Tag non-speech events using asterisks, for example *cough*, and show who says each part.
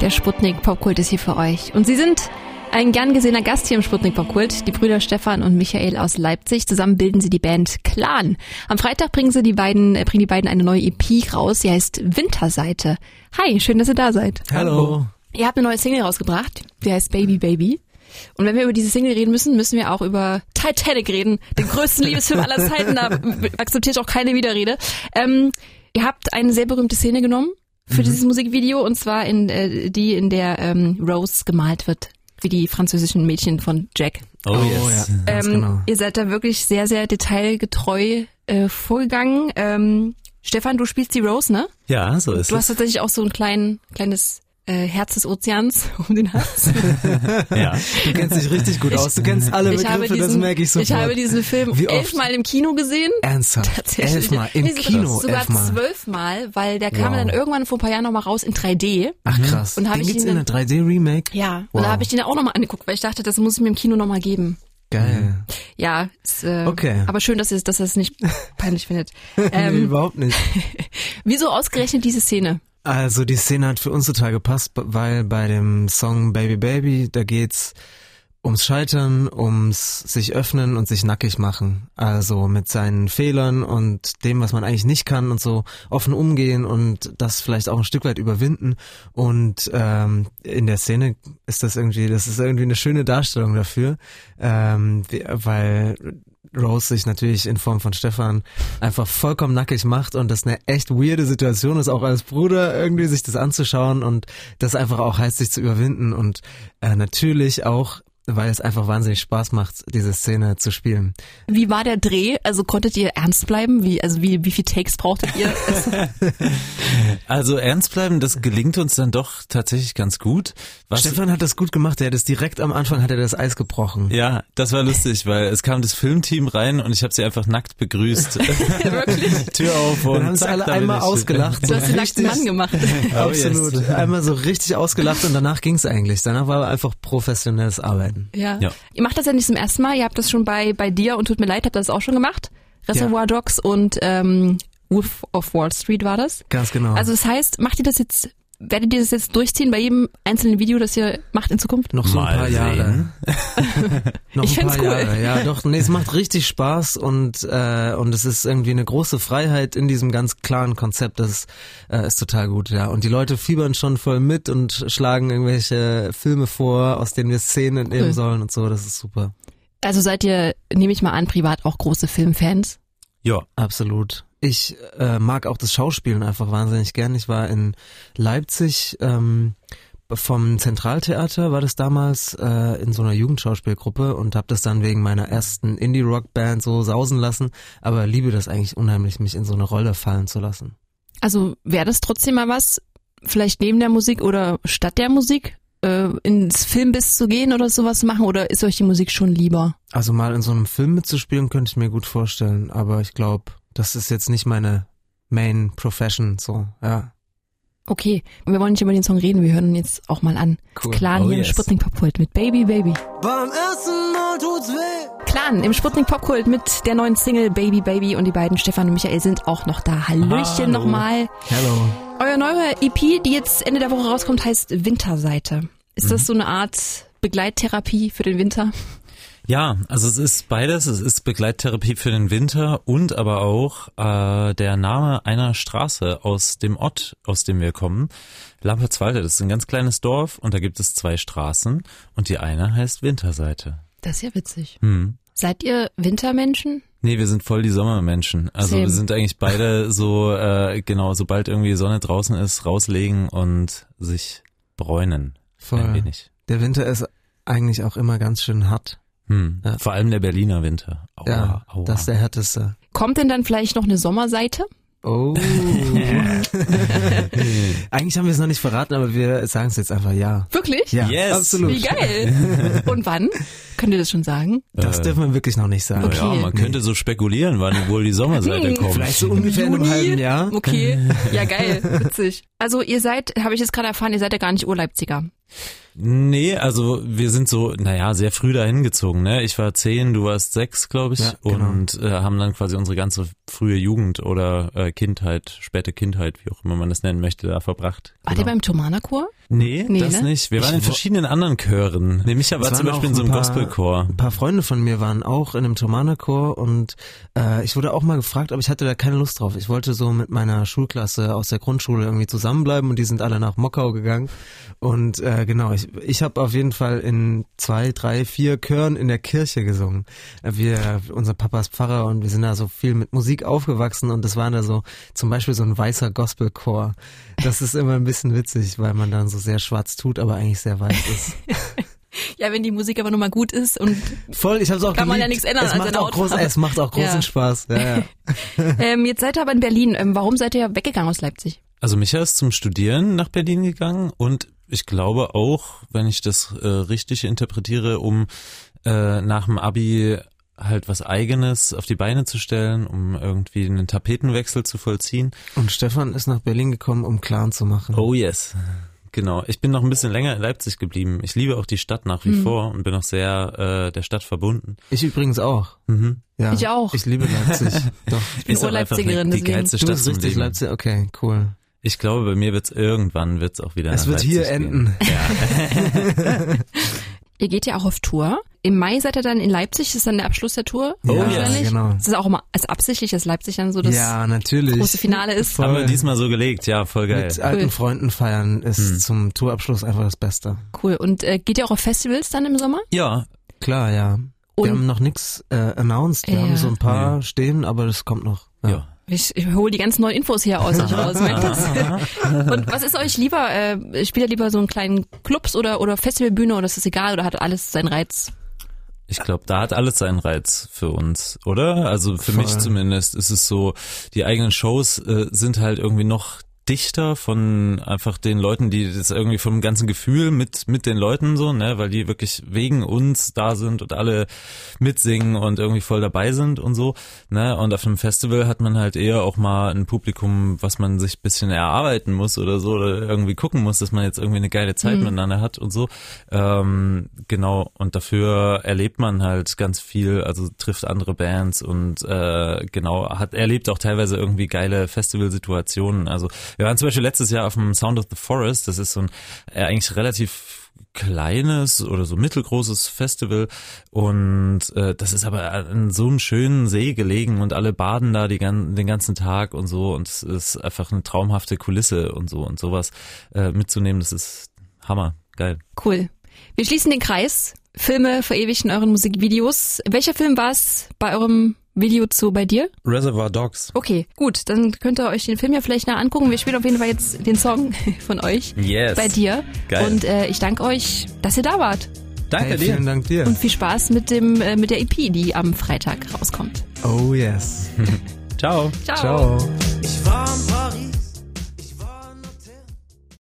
Speaker 1: Der Sputnik Popkult ist hier für euch. Und sie sind ein gern gesehener Gast hier im Sputnik Popkult. Die Brüder Stefan und Michael aus Leipzig. Zusammen bilden sie die Band Clan. Am Freitag bringen sie die beiden, äh, bringen die beiden eine neue EP raus. Sie heißt Winterseite. Hi, schön, dass ihr da seid.
Speaker 2: Hallo.
Speaker 1: Ihr habt eine neue Single rausgebracht. Die heißt Baby Baby. Und wenn wir über diese Single reden müssen, müssen wir auch über Titanic reden, den größten Liebesfilm aller Zeiten. Da *laughs* akzeptiere ich auch keine Widerrede. Ähm, ihr habt eine sehr berühmte Szene genommen für
Speaker 2: Mhm.
Speaker 1: dieses Musikvideo und zwar in äh, die, in der ähm, Rose gemalt wird, wie die französischen Mädchen von Jack.
Speaker 2: Oh, yes.
Speaker 3: ja.
Speaker 2: Ganz
Speaker 1: Ähm,
Speaker 2: genau.
Speaker 1: Ihr seid da wirklich sehr, sehr detailgetreu äh, vorgegangen. Ähm, Stefan, du spielst die Rose, ne?
Speaker 2: Ja, so ist
Speaker 1: Du hast
Speaker 2: es.
Speaker 1: tatsächlich auch so ein klein, kleines äh, Herz des Ozeans *laughs* um den Hals.
Speaker 2: Ja.
Speaker 3: Du kennst dich richtig gut aus. Du kennst alle
Speaker 1: Ich habe
Speaker 3: Begriffe, das
Speaker 1: diesen,
Speaker 3: merke ich sofort.
Speaker 1: ich habe diesen Film
Speaker 3: Wie oft?
Speaker 1: elfmal im Kino gesehen.
Speaker 3: Ernsthaft?
Speaker 1: Tatsächlich.
Speaker 3: Elfmal? Im
Speaker 1: Nee, sogar-
Speaker 3: Kino
Speaker 1: Sogar
Speaker 3: elfmal?
Speaker 1: zwölfmal, weil der kam
Speaker 3: Wow.
Speaker 1: dann irgendwann vor ein paar Jahren nochmal raus in 3D.
Speaker 3: Ach krass.
Speaker 1: Mhm. Und hab
Speaker 3: Den
Speaker 1: ich
Speaker 3: gibt's
Speaker 1: ihn
Speaker 3: in einer 3D-Remake?
Speaker 1: Ja. Und
Speaker 3: Wow.
Speaker 1: da habe ich den auch nochmal angeguckt, weil ich dachte, das muss ich mir im Kino nochmal geben. Mhm.
Speaker 3: Geil.
Speaker 1: Ja, ist, äh,
Speaker 3: Okay.
Speaker 1: aber schön, dass ihr es dass ihr es
Speaker 3: *laughs*
Speaker 1: nicht peinlich findet.
Speaker 3: nee,
Speaker 1: Ähm,
Speaker 3: überhaupt nicht.
Speaker 1: wieso ausgerechnet diese Szene?
Speaker 3: Also die Szene hat für uns total gepasst, b- weil bei dem Song Baby Baby, da geht's ums Scheitern, ums sich öffnen und sich nackig machen. Also mit seinen Fehlern und dem, was man eigentlich nicht kann und so offen umgehen und das vielleicht auch ein Stück weit überwinden. Und ähm, in der Szene ist das irgendwie, das ist irgendwie eine schöne Darstellung dafür, ähm, wie- weil Rose sich natürlich in Form von Stefan einfach vollkommen nackig macht und das eine echt weirde Situation ist, auch als Bruder irgendwie sich das anzuschauen und das einfach auch heißt, sich zu überwinden und äh, natürlich auch, weil es einfach wahnsinnig Spaß macht, diese Szene zu spielen.
Speaker 1: Wie war der Dreh? Also konntet ihr ernst bleiben? Wie, also wie, wie viel Takes brauchtet ihr? *laughs*
Speaker 2: Also ernst bleiben, das gelingt uns dann doch tatsächlich ganz gut. Was
Speaker 3: Stefan hat das gut gemacht, er hat es direkt am Anfang, hat er das Eis gebrochen.
Speaker 2: ja, das war lustig, weil es kam das Filmteam rein und ich habe sie einfach nackt
Speaker 3: *laughs*
Speaker 2: begrüßt.
Speaker 1: Also Wirklich?
Speaker 2: Tür auf und
Speaker 3: Dann haben sie
Speaker 2: zack,
Speaker 3: alle
Speaker 2: da bin
Speaker 3: einmal
Speaker 2: ich.
Speaker 3: ausgelacht.
Speaker 1: Du hast den nackten
Speaker 3: Richtig.
Speaker 1: Mann gemacht.
Speaker 3: *laughs* Absolut.
Speaker 2: Oh, yes.
Speaker 3: Einmal so richtig ausgelacht und danach ging's eigentlich. Danach war einfach professionelles Arbeiten.
Speaker 1: Ja.
Speaker 2: Ja.
Speaker 1: Ihr macht das ja nicht zum ersten Mal. Ihr habt das schon bei, bei dir und tut mir leid, habt das auch schon gemacht. Reservoir Dogs und ähm, Wolf of Wall Street war das.
Speaker 3: Ganz genau.
Speaker 1: Also das heißt, macht ihr das jetzt, werdet ihr das jetzt durchziehen bei jedem einzelnen Video, das ihr macht in Zukunft?
Speaker 3: Noch so ein
Speaker 2: Mal
Speaker 3: paar Jahre.
Speaker 2: sehen.
Speaker 3: *laughs* Noch
Speaker 1: Ich
Speaker 3: ein
Speaker 1: find's
Speaker 3: paar
Speaker 1: cool.
Speaker 3: Jahre. Ja, doch, nee, es macht richtig Spaß und, äh, und es ist irgendwie eine große Freiheit in diesem ganz klaren Konzept. Das äh, ist total gut, ja. Und die Leute fiebern schon voll mit und schlagen irgendwelche Filme vor, aus denen wir Szenen entnehmen
Speaker 1: Cool.
Speaker 3: sollen und so. Das ist super.
Speaker 1: Also seid ihr, nehme ich mal an, privat auch große Filmfans?
Speaker 2: Ja,
Speaker 3: Absolut. Ich äh, mag auch das Schauspielen einfach wahnsinnig gern. Ich war in Leipzig ähm, vom Zentraltheater, war das damals äh, in so einer Jugendschauspielgruppe und habe das dann wegen meiner ersten Indie-Rock-Band so sausen lassen. Aber liebe das eigentlich unheimlich, mich in so eine Rolle fallen zu lassen.
Speaker 1: Also wäre das trotzdem mal was, vielleicht neben der Musik oder statt der Musik äh, ins Filmbiss zu gehen oder sowas zu machen? Oder ist euch die Musik schon lieber?
Speaker 3: Also mal in so einem Film mitzuspielen, könnte ich mir gut vorstellen. Aber ich glaube, das ist jetzt nicht meine Main-Profession. So, ja.
Speaker 1: Okay, wir wollen nicht über den Song reden, wir hören ihn jetzt auch mal an.
Speaker 3: Cool.
Speaker 1: Clan
Speaker 2: Oh,
Speaker 1: hier im
Speaker 2: yes.
Speaker 1: Sputnik Popkult mit Baby Baby.
Speaker 3: Beim ersten Mal tut's weh.
Speaker 1: Clan im Sputnik Popkult mit der neuen Single Baby Baby und die beiden Stefan und Michael sind auch noch da. Hallöchen
Speaker 2: Hallo.
Speaker 1: nochmal.
Speaker 3: Hello.
Speaker 1: Euer neue EP, die jetzt Ende der Woche rauskommt, heißt Winterseite. Ist das so eine Art Begleittherapie für den Winter?
Speaker 2: Ja, also es ist beides. Es ist Begleittherapie für den Winter und aber auch äh, der Name einer Straße aus dem Ort, aus dem wir kommen. Lampertswalde, das ist ein ganz kleines Dorf und da gibt es zwei Straßen und die eine heißt Winterseite.
Speaker 1: Das ist ja witzig.
Speaker 2: Hm.
Speaker 1: Seid ihr Wintermenschen?
Speaker 2: Nee, wir sind voll die Sommermenschen. Also
Speaker 1: Same.
Speaker 2: wir sind eigentlich beide so, äh, genau, sobald irgendwie Sonne draußen ist, rauslegen und sich bräunen. Ein
Speaker 3: Voll.
Speaker 2: wenig.
Speaker 3: Der Winter ist eigentlich auch immer ganz schön hart.
Speaker 2: Hm.
Speaker 3: Ja.
Speaker 2: Vor allem der Berliner Winter. Aua,
Speaker 3: ja,
Speaker 2: aua.
Speaker 3: das ist der härteste.
Speaker 1: Kommt denn dann vielleicht noch eine Sommerseite?
Speaker 2: *laughs*
Speaker 3: Oh. eigentlich haben wir es noch nicht verraten, aber wir sagen es jetzt einfach ja.
Speaker 1: Wirklich?
Speaker 3: Ja,
Speaker 2: Yes.
Speaker 3: absolut.
Speaker 1: Wie geil. Und wann? Könnt ihr das schon sagen?
Speaker 3: Das
Speaker 2: Äh.
Speaker 3: dürfen wir wirklich noch nicht sagen.
Speaker 1: Okay.
Speaker 2: Ja, man könnte so spekulieren, wann wohl die
Speaker 3: *laughs*
Speaker 2: Sommerseite
Speaker 1: Hm,
Speaker 2: kommt.
Speaker 3: Vielleicht so um- ungefähr in einem
Speaker 1: Juni?
Speaker 3: halben Jahr.
Speaker 1: Okay. Ja, geil. Witzig. Also ihr seid, habe ich jetzt gerade erfahren, ihr seid ja gar nicht Urleipziger.
Speaker 2: Nee, also wir sind so, naja, sehr früh dahin gezogen. Ne? Ich war zehn, du warst sechs, glaube ich,
Speaker 3: Ja, genau.
Speaker 2: und äh, haben dann quasi unsere ganze frühe Jugend oder äh, Kindheit, späte Kindheit, wie auch immer man das nennen möchte, da verbracht. Genau.
Speaker 1: Wart
Speaker 3: Genau.
Speaker 1: ihr beim Tomana-Chor?
Speaker 2: nee,
Speaker 1: Nee,
Speaker 2: das
Speaker 1: ne?
Speaker 2: nicht. Wir waren in
Speaker 3: wo-
Speaker 2: verschiedenen anderen Chören. Nee, Micha
Speaker 3: Es
Speaker 2: war zum
Speaker 3: waren
Speaker 2: Beispiel in
Speaker 3: auch
Speaker 2: so einem
Speaker 3: ein paar-
Speaker 2: Gospelchor.
Speaker 3: Ein paar Freunde von mir waren auch in einem Tomana-Chor und äh, ich wurde auch mal gefragt, aber ich hatte da keine Lust drauf. Ich wollte so mit meiner Schulklasse aus der Grundschule irgendwie zusammenbleiben und die sind alle nach Mokau gegangen. Und äh, genau, ich, ich habe auf jeden Fall in zwei, drei, vier Chören in der Kirche gesungen. Äh, Wir, unser Papa ist Pfarrer und wir sind da so viel mit Musik aufgewachsen und das war da so zum Beispiel so ein weißer Gospelchor. Das ist immer ein bisschen witzig, weil man dann so sehr schwarz tut, aber eigentlich sehr weiß ist.
Speaker 1: Ja, wenn die Musik aber nur mal gut ist und
Speaker 3: Voll, ich hab's auch
Speaker 1: Kann man ja
Speaker 3: geliebt.
Speaker 1: nichts ändern
Speaker 3: Es
Speaker 1: an
Speaker 3: macht,
Speaker 1: seiner
Speaker 3: auch groß,
Speaker 1: Hautfarbe.
Speaker 3: es macht auch großen
Speaker 1: Ja.
Speaker 3: Spaß.
Speaker 1: *laughs*
Speaker 3: Ja, ja.
Speaker 1: ähm, jetzt seid ihr aber in Berlin. Ähm, warum seid ihr weggegangen aus Leipzig?
Speaker 2: Also Micha ist zum Studieren nach Berlin gegangen und ich glaube auch, wenn ich das äh, richtig interpretiere, um äh, nach dem Abi halt was eigenes auf die Beine zu stellen, um irgendwie einen Tapetenwechsel zu vollziehen.
Speaker 3: Und Stefan ist nach Berlin gekommen, um Clan zu machen.
Speaker 2: Oh yes. Genau. Ich bin noch ein bisschen länger in Leipzig geblieben. Ich liebe auch die Stadt nach wie
Speaker 1: Mhm.
Speaker 2: vor und bin auch sehr äh, der Stadt verbunden.
Speaker 3: Ich übrigens auch.
Speaker 2: Mhm.
Speaker 3: Ja.
Speaker 1: Ich auch.
Speaker 3: Ich liebe
Speaker 2: *laughs*
Speaker 3: Leipzig. Doch.
Speaker 2: Ich
Speaker 1: bin
Speaker 2: ist auch einfach eine-
Speaker 1: Urleipzigerin,
Speaker 2: die
Speaker 1: deswegen.
Speaker 2: geilste
Speaker 3: Du
Speaker 2: Stadt
Speaker 3: bist
Speaker 2: zum
Speaker 3: richtig
Speaker 2: Leben.
Speaker 3: Leipzig. Okay, cool.
Speaker 2: Ich glaube, bei mir wird's irgendwann wird's auch wieder.
Speaker 3: Es
Speaker 2: nach
Speaker 3: wird
Speaker 2: Leipzig
Speaker 3: hier
Speaker 2: gehen.
Speaker 3: enden.
Speaker 1: Ihr geht ja auch auf Tour. Im Mai seid ihr dann in Leipzig, ist dann der Abschluss der Tour.
Speaker 2: Oh,
Speaker 3: ja,
Speaker 1: wahrscheinlich.
Speaker 3: genau.
Speaker 1: Ist das auch immer als absichtlich, dass Leipzig dann so das
Speaker 3: ja, natürlich.
Speaker 1: große Finale ist?
Speaker 3: Voll.
Speaker 2: Haben wir diesmal so gelegt. Ja, voll geil. Hm.
Speaker 3: Mit alten
Speaker 1: Cool.
Speaker 3: Freunden feiern ist zum Tourabschluss einfach das Beste.
Speaker 1: Cool. Und äh, geht ihr auch auf Festivals dann im Sommer?
Speaker 2: ja,
Speaker 3: Klar, ja.
Speaker 1: Und-
Speaker 3: wir haben noch nix äh, announced. Wir
Speaker 1: Ja.
Speaker 3: haben so ein paar stehen, aber das kommt noch.
Speaker 2: ja.
Speaker 1: Ich, ich hole die ganzen neuen Infos hier
Speaker 3: *laughs*
Speaker 1: aus euch raus. merkt ihr's? Und was ist euch lieber? Äh, spielt ihr lieber so einen kleinen Clubs oder, oder Festivalbühne oder ist das egal oder hat alles seinen Reiz?
Speaker 2: Ich glaube, da hat alles seinen Reiz für uns, oder? Also für
Speaker 3: Voll.
Speaker 2: mich zumindest ist es so, die eigenen Shows äh, sind halt irgendwie noch dichter von einfach den Leuten, die das irgendwie vom ganzen Gefühl mit mit den Leuten so, ne, weil die wirklich wegen uns da sind und alle mitsingen und irgendwie voll dabei sind und so, ne? Und auf einem Festival hat man halt eher auch mal ein Publikum, was man sich ein bisschen erarbeiten muss oder so oder irgendwie gucken muss, dass man jetzt irgendwie eine geile Zeit miteinander hat und so. Ähm, genau, und dafür erlebt man halt ganz viel, also trifft andere Bands und äh, genau, hat erlebt auch teilweise irgendwie geile Festivalsituationen. Also wir waren zum Beispiel letztes Jahr auf dem Sound of the Forest, das ist so ein äh, eigentlich relativ kleines oder so mittelgroßes Festival und äh, das ist aber an so einem schönen See gelegen und alle baden da die gan den ganzen Tag und so und es ist einfach eine traumhafte Kulisse und so und sowas äh, mitzunehmen, das ist Hammer, geil.
Speaker 1: Cool. Wir schließen den Kreis. Filme verewigen euren Musikvideos. Welcher Film war es bei eurem Video zu bei dir?
Speaker 2: Reservoir Dogs.
Speaker 1: Okay, gut, dann könnt ihr euch den Film ja vielleicht nah angucken. Wir spielen auf jeden Fall jetzt den Song *laughs* von euch
Speaker 2: Yes.
Speaker 1: bei dir.
Speaker 2: Geil.
Speaker 1: Und äh, ich danke euch, dass ihr da wart.
Speaker 2: Danke
Speaker 3: hey,
Speaker 2: dir.
Speaker 3: vielen Dank dir.
Speaker 1: Und viel Spaß mit, dem, äh, mit der EP, die am Freitag rauskommt.
Speaker 3: Oh yes.
Speaker 2: Ciao.
Speaker 1: Ciao.
Speaker 3: Ciao.
Speaker 4: Ich war am